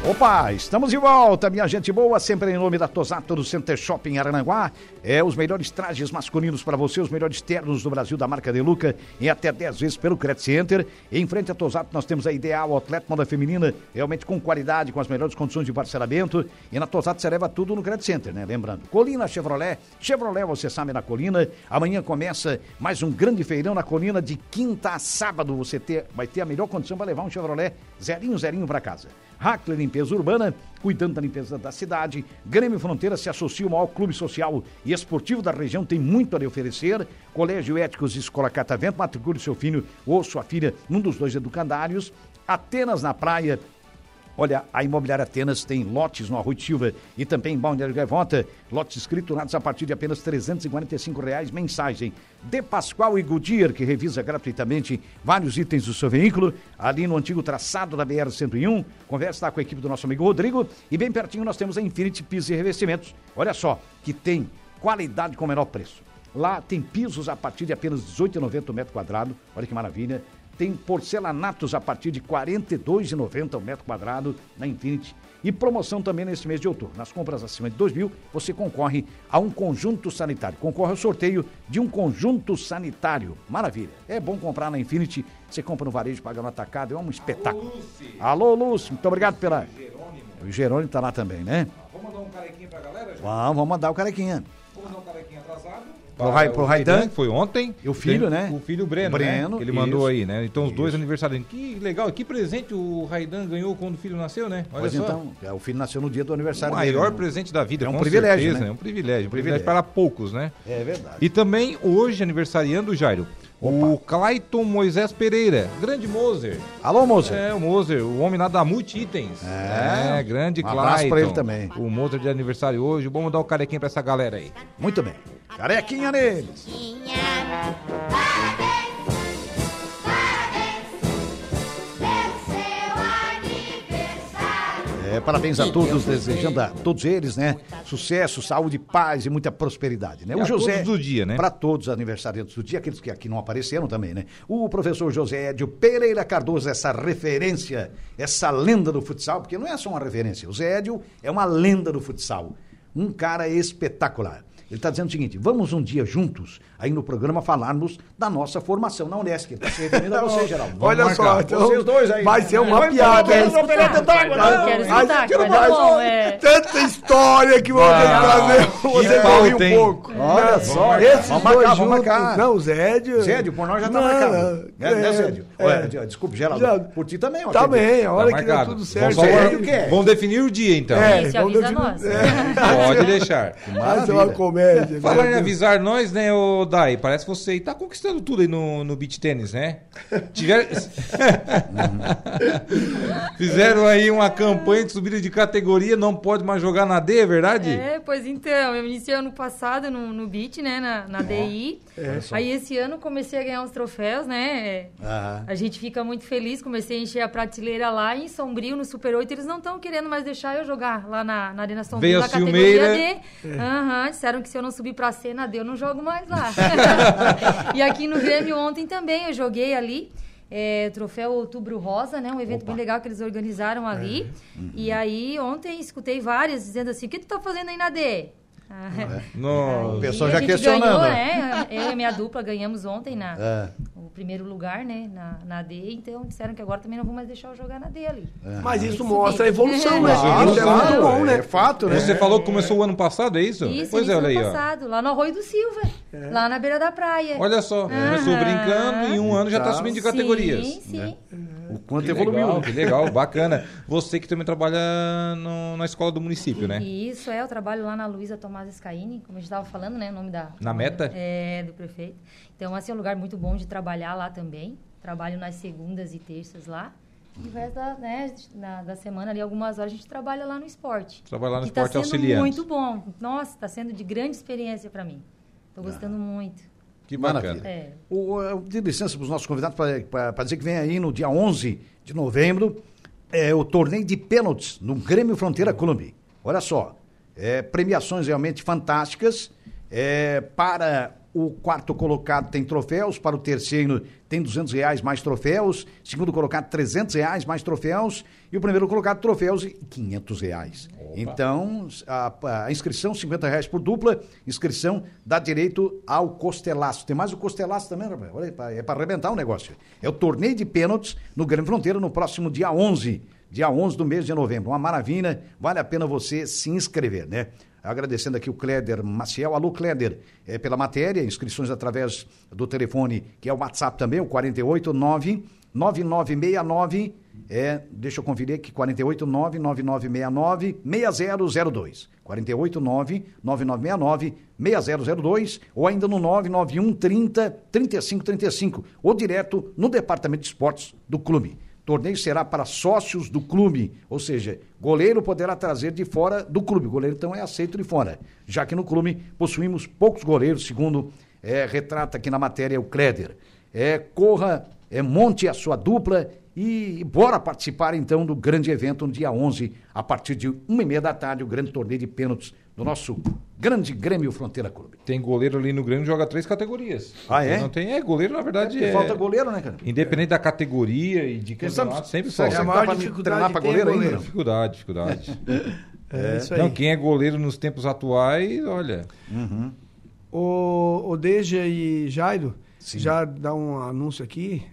Opa, estamos de volta, minha gente boa, sempre em nome da Tosato do Center Shopping Arananguá. É os melhores trajes masculinos para você, os melhores ternos do Brasil da marca Deluca, em até 10 vezes pelo Credit Center. Em frente à Tosato nós temos a Ideal Outlet Moda Feminina, realmente com qualidade, com as melhores condições de parcelamento. E na Tosato você leva tudo no Credit Center, né? Lembrando, Colina Chevrolet, Chevrolet você sabe na Colina. Amanhã começa mais um grande feirão na Colina de quinta a sábado. Você ter, vai ter a melhor condição para levar um Chevrolet zerinho zerinho para casa. Hackler Limpeza Urbana, cuidando da limpeza da cidade. Grêmio Fronteira se associa ao maior clube social e esportivo da região, tem muito a lhe oferecer. Colégio Éticos e Escola Catavento, matricule seu filho ou sua filha num dos dois educandários. Atenas na praia, Olha, a Imobiliária Atenas tem lotes no Arroio de Silva e também em Balneário Gaivota, lotes escriturados a partir de apenas R$ 345 reais mensagem. De Pascoal e Goodyear, que revisa gratuitamente vários itens do seu veículo, ali no antigo traçado da BR-101, conversa lá com a equipe do nosso amigo Rodrigo e bem pertinho nós temos a Infinity Pisos e Revestimentos. Olha só, que tem qualidade com o menor preço. Lá tem pisos a partir de apenas 18,90 o metro quadrado. Olha que maravilha. Tem porcelanatos a partir de 42,90 o metro quadrado na Infinity. E promoção também nesse mês de outubro. Nas compras acima de 2 mil, você concorre a um conjunto sanitário. Concorre ao sorteio de um conjunto sanitário. Maravilha. É bom comprar na Infinity. Você compra no varejo, paga no atacado. É um espetáculo. Alô, Lúcio. Muito obrigado pela... O Jerônimo tá lá também, né? Vamos mandar um carequinha pra galera? gente? Vamos, vamos mandar o carequinha. Vamos mandar um carequinha atrasado. Pro Ra- Para pro o Raidan. que foi ontem. E o filho, Tem né? O filho Breno, O Breno, né? Que Ele isso. mandou aí, né? Então os dois aniversariantes. Que legal, que presente o Raidan ganhou quando o filho nasceu, né? Olha Pois só. então, é, o filho nasceu no dia do o aniversário dele. maior né? presente da vida, É um com privilégio, certeza, né? né? É um privilégio, um Privilégio. privilégio para poucos, né? É verdade. E também hoje aniversariando, Jairo, o Clayton Moisés Pereira, grande Moser. Alô, moça. É, o Moser, o homem lá da Multi Itens. É, grande Um Clayton. abraço pra ele também. O Moser de aniversário hoje. Vamos dar o carequinha pra essa galera aí. Muito bem. Carequinha neles. Tinha. Parabéns, parabéns, pelo seu aniversário. É, parabéns a todos, desejando a todos eles, né? Sucesso, saúde, paz e muita prosperidade, né? E O a José. todos do dia, né? Para todos os aniversariantes do dia, aqueles que aqui não apareceram também, né? O professor José Edio Pereira Cardoso, essa referência, essa lenda do futsal, porque não é só uma referência. O Zé Edio é uma lenda do futsal. Um cara espetacular. Ele está dizendo o seguinte: vamos um dia juntos, aí no programa, falarmos da nossa formação na Unesc. Ele está se referindo a você, Geraldo. Olha Vamos só, marcar. então, vocês dois aí. né? vai ser uma Vai, piada, vai, hein? vai, vai, vai, vai, vai, vai, vai, vai. Tá, Eu quero Ai, escutar, quero mas tá mais. bom, é. Tanta história que vocês Ah, trazem. que Vocês vão falta, rir um hein? pouco. Olha só, Esses vamos dois marcar, vamos juntos- marcar. Não, o Zédio. Zédio, por nós já tá Não, marcado. não, Né, né, é, Zédio? é. Olha, Zé- desculpe, Geraldo. Geraldo. Por ti também, é ó. Também, a hora Tá que dá marcado. tudo certo. Vamos Vamos, falar- é? quer. vamos definir o dia, então. É, Isso, vamos avisa definir- nós. né? Pode deixar. Mas é uma Maravilha. comédia. Falar em né? avisar nós, né, ô Dai? Parece que você tá conquistando tudo aí no, no beach tênis, né? Tiver... Fizeram aí uma campanha de subida de categoria, não pode mais jogar na D, é verdade? É, pois então, eu iniciei ano passado no, no BIT, né, na, na DI. Aí esse ano comecei a ganhar uns troféus, né? Aham. A gente fica muito feliz, comecei a encher a prateleira lá em Sombrio, no Super 8, eles não estão querendo mais deixar eu jogar lá na, na Arena Sombrio, Veio a na categoria Silmeira. D. Aham, disseram que se eu não subir pra C na D, eu não jogo mais lá. e aqui no Grêmio ontem também, eu joguei ali. é, troféu Outubro Rosa, né? Um evento bem legal que eles É. Uhum. organizaram ali. E aí, ontem, escutei várias dizendo assim, o que tu tá fazendo aí na D? é? Nossa. O E pessoal a já gente questionando. Ganhou, né? Eu e a minha dupla ganhamos ontem na, É. o primeiro lugar, né? Na, na D, então disseram que agora também não vou mais deixar eu jogar na D ali. É. Mas isso mostra a evolução, né? Claro, Isso é claro, muito bom, né? É fato, né? Você falou que começou o ano passado, é isso? Isso, pois é, início olha aí, do ano ó. passado, lá no Arroio do Silva, lá na beira da praia. Olha só, começou brincando e em um ano Tá. já está subindo de categorias. Ah. Né? Sim, sim. O quanto Que evoluiu. né? legal, que legal, bacana. Você que também trabalha no- na escola do município, né? E isso é, eu trabalho lá na Luísa Tomás Scaini, como a gente estava falando, né? O nome da. Na meta? É, do prefeito. Então, assim, é um lugar muito bom de trabalhar lá também. Trabalho nas segundas e terças lá. E o resto da, né, na- da semana ali, algumas horas, a gente trabalha lá no esporte. Trabalha lá no E esporte tá sendo auxiliando. muito bom. Nossa, está sendo de grande experiência para mim. Estou Ah. gostando muito. Que bacana. Maravilha. É. O, eu dei licença para os nossos convidados para dizer que vem aí no dia 11 de novembro é, o torneio de pênaltis no Grêmio Fronteira Clube. Olha só, é, premiações realmente fantásticas. É, para o quarto colocado tem troféus, para o terceiro tem 200 reais mais troféus, segundo colocado 300 reais mais troféus e o primeiro colocado troféus e 500 reais. Então a, a inscrição 50 reais por dupla, inscrição dá direito ao costelaço. Tem mais o costelaço também, rapaz. Olha, aí, pra- é para arrebentar o negócio. É o torneio de pênaltis no Grande Fronteira no próximo dia 11, dia 11 do mês de novembro. Uma maravilha, vale a pena você se inscrever, né? Agradecendo aqui o Cléder Maciel. Alô, Cléder, é, pela matéria, inscrições através do telefone, que é o WhatsApp também, o 489 9969, é, deixa eu conferir aqui, 489-9969-6002. 489-9969-6002 ou ainda no 991-30-3535 ou direto no Departamento de Esportes do clube. Torneio será para sócios do clube, ou seja, goleiro poderá trazer de fora do clube. Goleiro então é aceito de fora, já que no clube possuímos poucos goleiros, segundo é, retrata aqui na matéria o Cléder. É, corra é, monte a sua dupla e bora participar então do grande evento no dia 11, a partir de uma e meia da tarde, o grande torneio de pênaltis do nosso grande Grêmio Fronteira Clube. Tem goleiro ali no Grêmio joga três categorias. Ah, é? Não tem, é, goleiro na verdade é. Falta goleiro, né, cara? Independente da categoria e de campeonato, sempre Sabe falta. que É a dá maior pra me dificuldade treinar pra que tem é goleiro né? ainda? goleiro. não? Dificuldade, dificuldade. É isso Não, quem é goleiro nos tempos atuais, olha. O, o Deja e Jairo, já dá um anúncio aqui,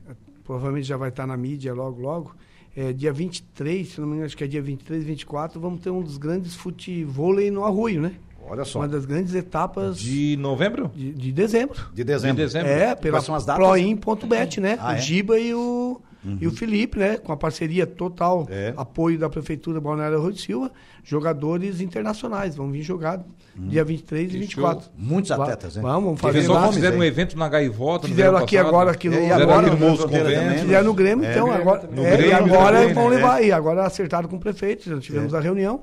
provavelmente já vai estar na mídia logo, logo. É, dia 23, se não me engano, acho que é dia 23, 24, vamos ter um dos grandes futevôlei no Arroio, né? Olha só, Uma das grandes etapas de, De novembro? de, dezembro. de dezembro. De dezembro. É, pela Quais são as datas? proin.bet, né? Ah, é? Uhum. O Giba e o, e o Felipe, né? Com a parceria total, É. apoio da Prefeitura Balneário Arroio de Silva, jogadores internacionais vão vir jogar dia 23 e Que 24. Hum. show. Muitos Va- atletas, né? Vamos, vamos Teve fazer Fazer só lá. nomes, fizeram um hein? evento na gaivota. no é. Fizeram verão aqui passado. agora, aqui no, É, e Fizeram agora aqui no no Moço Fronteira Convento. também, né? Fizeram no Grêmio, É, então no agora. também. é, No e Grêmio agora também, vão né? levar aí. Agora acertaram com o prefeito, já É. tivemos a reunião.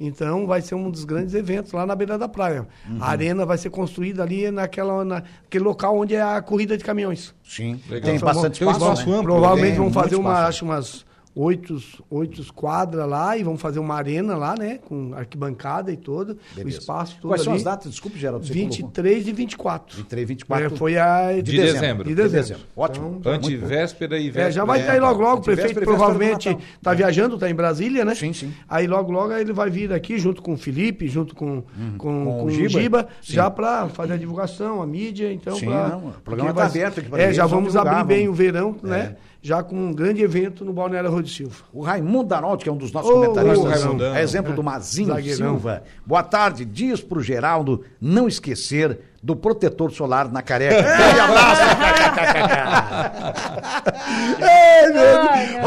Então vai ser um dos grandes eventos lá na beira da praia. Uhum. A arena vai ser construída ali naquela, na- naquele local onde é a corrida de caminhões. Sim, Legal. tem Então, bastante tem um espaço, espaço né? amplo, Provavelmente um- tem vão muito fazer uma, espaço. acho umas oito, oito quadras lá e vão fazer uma arena lá, né? Com arquibancada e todo, Beleza. o espaço todo. Quais são ali. as datas? Desculpe, Geraldo, você colocou. 23 e 24. 23 e 24. É, foi a De dezembro. De De dezembro. Então, dezembro. Ótimo. Muito bom. Antivéspera e véspera. É, já vai estar aí logo tá. logo, o prefeito véspera e provavelmente véspera do Natal. É. está viajando, está em Brasília, né? Sim, sim. Aí logo logo ele vai vir aqui junto com o Felipe, junto com, com, Uhum. Com o com o Giba. Giba, Sim. já para fazer a divulgação, a mídia, então Sim, pra- não, o porque programa tá vai- aberto aqui pra É, eles, já vão vamos divulgar, abrir bem vamos- É. o verão, né? Já com um grande evento no Balneário Arroio de Silva. O Raimundo Daraldi, que é um dos nossos Ô, comentaristas, ô, Raimundão. é exemplo do Mazinho Zagueirão. Silva. Boa tarde, diz pro Geraldo não esquecer do protetor solar na careca. Grande abraço, Ei, meu Ai, Deus!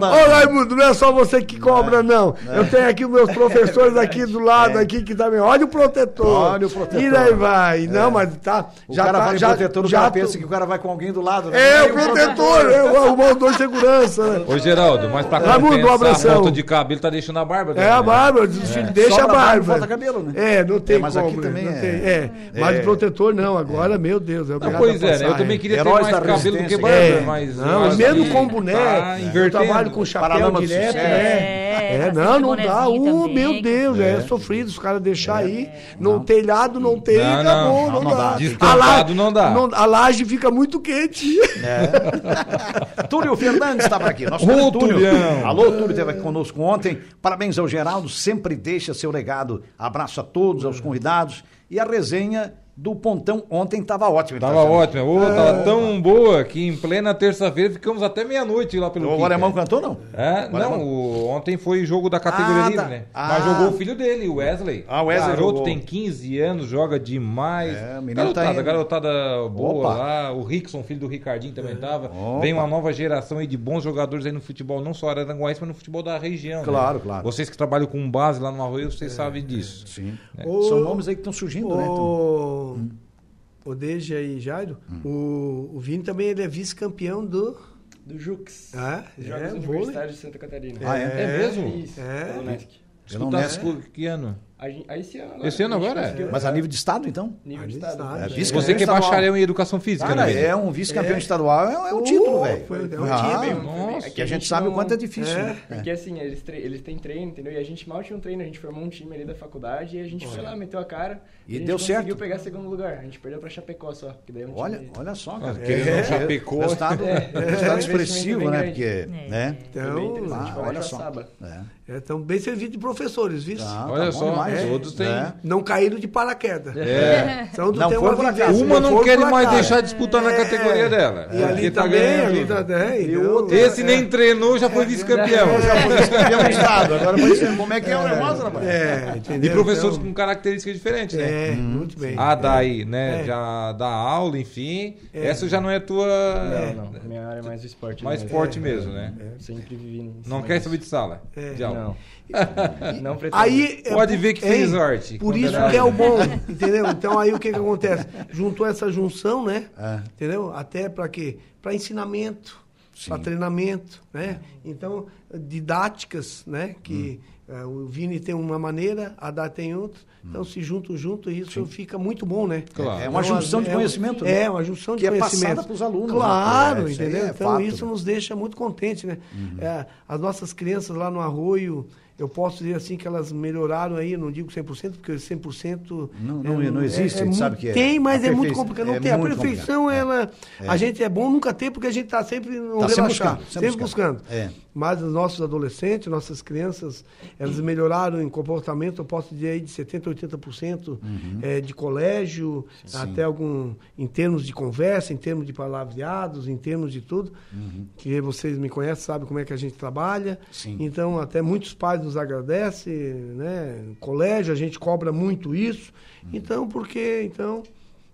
Ó, ó, Raimundo, não é só você que É. cobra, não. Eu tenho aqui os meus professores aqui do lado, aqui que também. Olha o protetor. Olha o protetor. É. E daí vai. Não, mas tá. O cara tá, vai já, protetor, o já cara tô- pensa que o cara vai com alguém do lado. né? É, Aí o protetor. Eu vou arrumar os dois segurança, né? Ô, Geraldo, mas pra Raimundo, um compensar a abração. falta de cabelo, tá deixando a barba. É a barba, os filhos deixa a Sobra barba, barba. volta cabelo, né? É, não tem É, mas como, aqui né? também não é. tem. É, mas É. o protetor não, agora, meu Deus, é obrigado Pois a é, né? Eu passar, também queria ter Heróis mais da cabelo do que resistência. barba, É, mas... não, mas mesmo que com boné, tá eu invertendo. trabalho Paralama com chapéu do direto, sucesso. né? É, É, fazer não, de não dá. bonezinho Uh, também. meu Deus, é, É. sofrido os caras deixar aí. Não, telhado, não tem, Não, não, acabou, não, não, não dá. dá. A la- Descampado não dá. a laje fica muito quente. Túlio Fernandes está por aqui. Nosso querido Ô, Tulião. Alô, Túlio, esteve aqui conosco ontem. Parabéns ao Geraldo, sempre deixa seu legado. Abraço a todos, aos convidados. E a resenha do Pontão ontem estava ótima. ele tá Tava dizendo. ótima. Ô, É. tava tão boa que em plena terça-feira ficamos até meia-noite lá pelo O Kika. Alemão cantou, não? É, O alemão- não, o- ontem foi jogo da categoria Ah, livre, tá. né? Ah. Mas jogou o filho dele, o Wesley. Ah, o Wesley Garoto jogou. tem 15 anos, joga demais. É, o menino tá indo. garotada, garotada boa Opa. É. lá. O Rickson, filho do Ricardinho, também tava. Opa. Vem uma nova geração aí de bons jogadores aí no futebol, não só Aranguais, mas no futebol da região. Claro, né? claro. É. Vocês que trabalham com base lá no Arroio, vocês sabem disso. Sim. Ô, É, São nomes aí que estão surgindo, né? Então, O, o Hum. Deja e Jairo, o, o Vini também ele é vice-campeão do. Do Jux. Ah, é, Jogos vôlei. Universitários de Santa Catarina. Ah, é? É mesmo? Isso, É. pelo Nesc. Pelo Escutar Nesc. esse- que ano? A gente- aí esse ano agora. Esse ano a gente agora? conseguiu- Mas a nível de estado, então? Nível de Ah, estado. nível de É, vice-campeão Você que é estadual. bacharel em educação física, Cara, né? Vini? é um vice-campeão estadual, é, é um título, Oh, velho. foi- é um Ah, título. Nossa. É Que a gente sabe o não- quanto é difícil, É. né? Porque assim, eles, tre- eles têm treino, entendeu? E a gente mal tinha um treino, a gente formou um time ali da faculdade e a gente foi lá, meteu a cara. E a gente deu conseguiu certo. pegar segundo lugar. A gente perdeu pra Chapecó só. Que daí é um Olha, time- olha só, cara. Querendo ou Ah, não, Chapecó. Resultado, resultado expressivo, né? Porque, né? Foi bem interessante. Ah, Foi lá olha em só. Joaçaba. É. Então, É, estão bem servidos de professores, viu? Tá, tá Olha bom só, demais, os né? outros têm- Né? Não caíram de paraquedas. Então, É. São do Não teu foi por vivência, acaso. Uma não foi quer por mais acaso. deixar disputar É, na categoria dela. E ali Porque tá também, ganhando ali tudo. tá, é, E então- outro, Esse nem treinou, já foi vice-campeão. Campeão do um estado. Agora, mas como é que é o negócio, rapaz? É, E entendeu? professores Então, com características diferentes, né? É, muito bem. A daí, né? Já dá aula, enfim. Essa já não é tua. Não, não. Minha área é mais o esporte. Mais mesmo. É. esporte mesmo, né? Sempre vivi nisso. Não quer saber de sala. De aula. Não. Não pretendo. Aí, é Pode por- ver que hein? fez sorte. Por isso Condenado. que é o bom, entendeu? Então aí o que que acontece? Juntou essa junção, né? É. Entendeu? Até para quê? Para ensinamento, para treinamento, né? Então, didáticas, né? Que Hum. eh, o Vini tem uma maneira, a Dá tem outra. Então, se juntam junto, e isso fica muito bom, né? Claro. É uma Então, junção de é- conhecimento, né? É, uma junção de Que é passada conhecimento. pros alunos, né? Claro, É, isso aí entendeu? é então, fato, isso né? nos deixa muito contentes, né? Uhum. É, as nossas crianças lá no arroio, eu posso dizer assim que elas melhoraram aí, eu não digo 100%, porque 100% Não- não- é, não existe, é, é sabe muito- que é. Tem, mas A é muito perfei- complicado, não é tem. A muito perfeição, ela, a gente é bom nunca tem, porque a gente está sempre no Tá sempre relaxar, buscando, sempre sempre buscando. buscando. É. Mas os nossos adolescentes, nossas crianças, elas melhoraram em comportamento, eu posso dizer aí de 70%, 80% eh, de colégio, até algum. em termos de conversa, em termos de palavreados, em termos de tudo. Que vocês me conhecem, sabem como é que a gente trabalha. Sim. Então, até muitos pais nos agradecem, né? No colégio, a gente cobra muito isso. Então, porque então,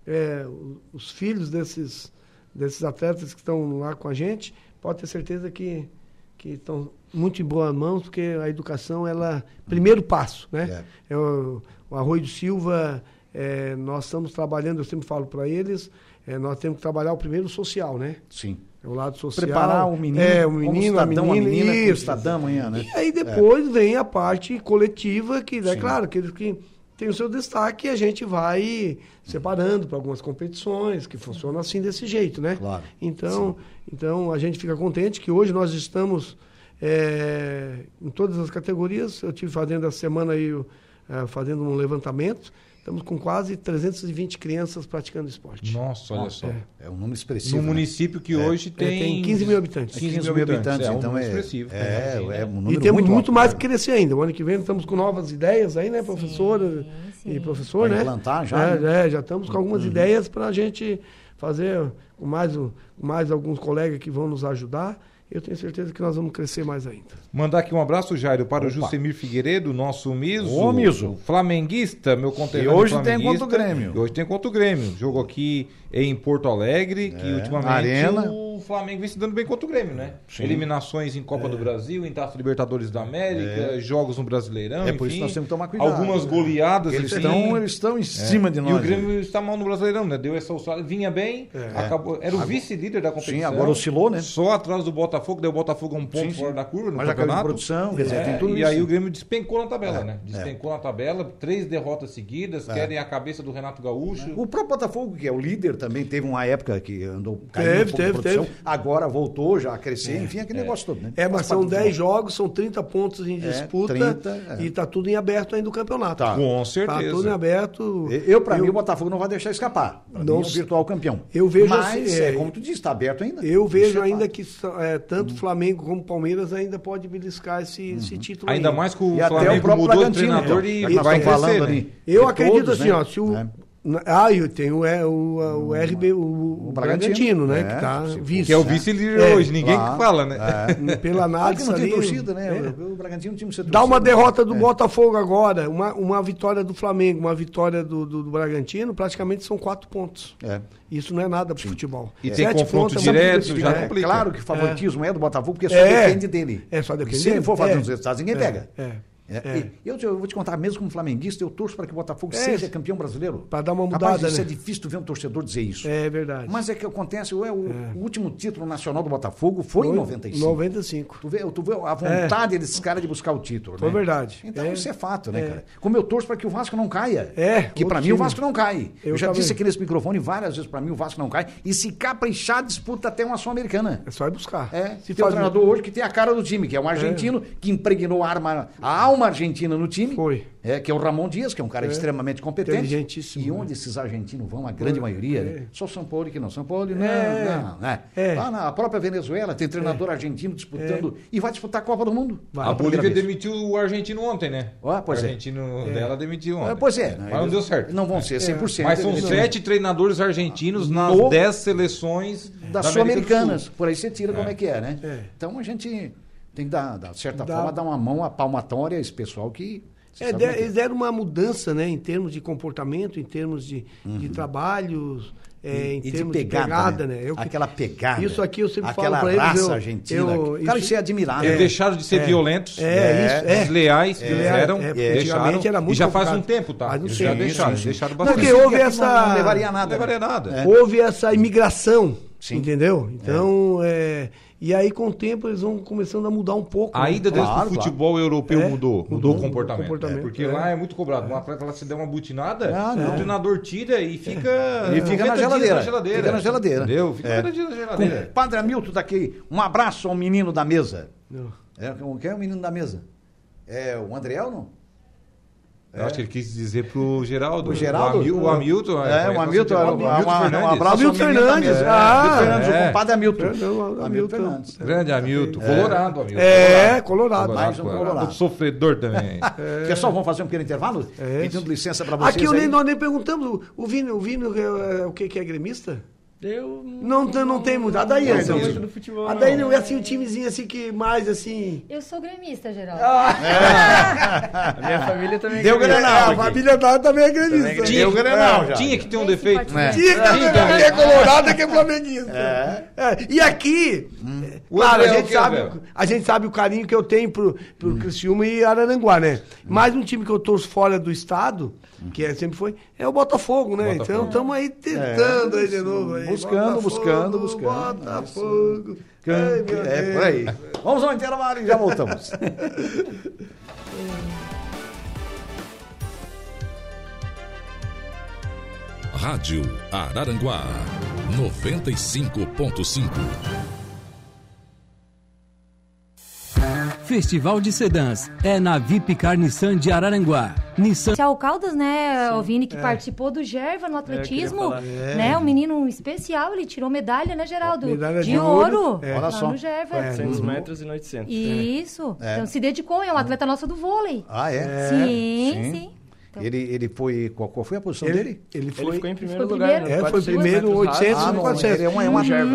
eh, o- os filhos desses, desses atletas que estão lá com a gente, pode ter certeza que que estão muito em boas mãos, porque a educação, ela. Primeiro passo, né? É. o, o Arroio do Silva, é, nós estamos trabalhando, eu sempre falo para eles, é, nós temos que trabalhar o primeiro social, né? Sim. É o lado social. Preparar o menino, é, o como menino, a cidadão, menina, a menina, como isso. cidadão amanhã, né? E aí depois vem a parte coletiva, que é claro, aqueles que tem o seu destaque e a gente vai separando para algumas competições, que funcionam assim desse jeito, né? Claro. Então, então a gente fica contente que hoje nós estamos eh, em todas as categorias. Eu tive fazendo essa semana aí, eh, fazendo um levantamento. Estamos com quase 320 crianças praticando esporte. Nossa, olha só. É um número expressivo. No né? município que hoje tem. tem 15 mil habitantes. 15 mil habitantes, um então número é. expressivo. É, né? é um número E temos muito, alto, mais né? que crescer ainda. O ano que vem estamos com novas ideias aí, né, professora e sim. professor, Pra né? implantar já, É, né? é, já estamos com algumas ideias para a gente fazer com mais, um- mais alguns colegas que vão nos ajudar. Eu tenho certeza que nós vamos crescer mais ainda. Mandar aqui um abraço, Jairo, para o Jusemir Figueiredo, nosso Miso. Ô, Miso. o Flamenguista, meu conterrâneo E hoje tem flamenguista. contra o Grêmio. E hoje tem contra o Grêmio. Jogo aqui em Porto Alegre, que ultimamente É, Arena. o Flamengo vem se dando bem contra o Grêmio, né? Eliminações em É. Copa do Brasil, em Taça Libertadores da América, jogos no Brasileirão, É por isso enfim. que nós temos que tomar cuidado. né? Algumas goleadas, Eles enfim. estão, eles estão em cima de nós. É. né? E o Grêmio está mal no Brasileirão, né? Deu essa alçada, vinha bem, acabou, era o vice-líder da competição. É. Sim, agora oscilou, né? Só atrás do Botafogo, deu o Botafogo a um ponto Sim, sim. fora da curva no Mas já caiu de campeonato. produção, quer dizer, É, tem tudo e isso. É, aí o Grêmio despencou na tabela, né? Despencou na tabela, três derrotas seguidas, querem a cabeça do Renato Gaúcho. O próprio Botafogo, que é o líder, também teve uma época que andou caindo Teve, um pouco teve, de produção. teve. agora voltou já a crescer, enfim, aquele negócio todo, né? É, mas Faz são parte do 10 jogos, são 30 pontos em disputa 30, é. e tá tudo em aberto ainda o campeonato. Tá. Com Tá certeza. tudo em aberto. futebol. Eu, para mim, o Botafogo não vai deixar escapar. Pra Não mim, é o se- virtual campeão. eu vejo Mas, assim, é, é, como tu disse, está aberto ainda. Eu vejo Isso é ainda fato. que são- é, Uhum. tanto Flamengo como Palmeiras ainda pode beliscar esse, esse título. Ainda aí. mais que o E até o Flamengo próprio mudou de Bragantino, treinador então. e Já que nós vai estamos falando crescer, ali. né? Eu De acredito todos, assim, né? ó, se o É. ah, eu tenho é, o, a- o RB, o, o Bragantino, Bragantino, né, é, que tá se for- vice. Que é o vice-líder É, hoje, ninguém lá. É. que fala, né? Pela Claro que análise não tem ali, torcida, né? é. O Bragantino é um time sem Dá torcida, uma né? derrota do Botafogo agora, uma, uma vitória do Flamengo, uma vitória do, do, do Bragantino, praticamente são quatro pontos. É. Isso não é nada pro futebol. E tem confronto muito direto, difícil. já É, É. complica. claro que o favoritismo é. do Botafogo, porque só É. depende dele. É, só depende Se ele for dele. fazer É. os resultados, ninguém É. pega. É. É, e Eu, te- eu vou te contar, mesmo como flamenguista, eu torço para que o Botafogo É. seja campeão brasileiro. Pra dar uma Rapaz, mudada, isso né? é difícil tu ver um torcedor dizer isso. É verdade. Mas é que acontece, ué, o, o último título nacional do Botafogo foi em 95. 95. Tu vê, tu vê a vontade desses caras de buscar o título, Foi né? verdade. Então É. isso é fato, né, É. cara? Como eu torço para que o Vasco não caia. É, Que para outro mim o time. Vasco não cai. Eu, Eu já também. disse aqui nesse microfone várias vezes, para mim o Vasco não cai. E se caprichar, disputa até uma Sul-Americana. É só ir buscar. É, se tem um faz treinador hoje que tem a cara do time, que é um argentino que impregnou a, arma, a alma argentina no time. Foi. É, que é o Ramon Dias, que é um cara extremamente competente. Inteligentíssimo, E né? onde esses argentinos vão, a grande maioria, né? Só São Paulo que não. São Paulo não, É. não, né? É. Lá na própria Venezuela tem treinador argentino disputando e vai disputar a Copa do Mundo. Vai. A Pela primeira Bolívia vez. demitiu o argentino ontem, né? Ah, pois o é. argentino dela demitiu ontem. É, Pois é. né? Mas não deu certo. Não vão É. ser 100%. Mas são eles- sete treinadores argentinos nas No- dez seleções da das América do sul-americanas. Sul. Por aí você tira como é que é, né? É. Então a gente tem que dar, de certa Dá- forma, dar uma mão, a palmatória a esse pessoal que. você É, sabe de- como é que é. eles deram uma mudança, né, em termos de comportamento, em termos de, de trabalhos, é, em Uhum. e de termos pegada, de pegada, né? Eu que- Aquela pegada. Isso aqui eu sempre aquela falo pra eles. raça eu- argentina. eu- cara, isso- isso é admirável. Eles deixaram de ser violentos, É, isso, é. desleais, que Desleais, fizeram, é, porque deixaram, antigamente era muito e já faz um complicado. tempo, tá? Faz um Eles tempo, já sim, deixaram, sim. deixaram Não, bastante. Porque houve aqui é não- essa- Não levaria a nada. Não levaria né? nada. É. houve essa imigração, Sim. entendeu? Então, é, e aí com o tempo eles vão começando a mudar um pouco. A né? ida deles Claro, pro futebol europeu É, mudou, mudou, mudou o comportamento. o comportamento, é, porque é. lá é muito cobrado. Um atleta lá se der uma butinada, Ah, o não. treinador tira e fica. E fica 90 na dias geladeira. na geladeira. Fica na geladeira. Entendeu? Fica É. 90 dias na Com geladeira. o padre Hamilton daqui, um abraço ao menino da mesa. Não. É, quem é o menino da mesa? É o Andriel, não? Eu acho que ele quis dizer pro Geraldo. O Geraldo? O, Amil, o Hamilton. É, o conhece Hamilton. bastante Um, Geraldo. Hamilton um, um Fernandes. abraço ao Hamilton menino da Fernandes, mesa. ah! Hamilton Fernandes, É. o compadre Hamilton. Fernando, Hamilton Fernandes. Grande Hamilton. Colorado, Hamilton. É, colorado. Mais um colorado. Sofredor também. Pessoal, vamos fazer um pequeno intervalo? Pedindo licença para vocês Aqui eu aí. nem, nós nem perguntamos. o- O Vini, o Vini é, é o que, que é gremista? Eu Não, não, não tem muito. A daí, não Anderson. sou muito do futebol, A daí não é assim o timezinho assim que mais assim. Eu sou gremista, Geraldo. Ah, A minha família também. Deu ganha. Grenal. É, a aqui. família da também é gremista. Tinha- Deu Grenal já. Tinha que ter um defeito. É. Tinha que ter alguém que né? é colorado que é flamenguista. É, E aqui, Hum. é, O claro, André, a, o gente que, sabe, André? a gente sabe o carinho que eu tenho pro, pro Hum. Criciúma e Araranguá, né? Mais um time que eu torço fora do estado, Hum. que é- sempre foi, é o Botafogo, né? Botafogo. Então estamos aí tentando aí de novo. Aí. É. Buscando, buscando, buscando. Botafogo. Ai, Can- meu É Deus. por aí. Vamos ao intervalo e já voltamos. Rádio Araranguá 95.5. Festival de Sedãs é na VIP Car Nissan de Araranguá. Nissan Tchau Caldas, né, o Vini, que participou do Gerva no atletismo, falar. né, um menino especial, ele tirou medalha, né, Geraldo? Medalha de, de ouro, ouro, é. lá Olha só. no Gerva. 400 metros e 800. Isso, então se dedicou, é um atleta nosso do vôlei. Ah, é? Sim, sim. Então, Ele, ele foi. Qual, qual foi a posição Ele, dele? ele Ele foi. ficou em primeiro foi lugar. primeiro. Uhum. É, né? foi 400 primeiro metros rasos. 800 Ah, e não, 400. ele é um- é um Gerva.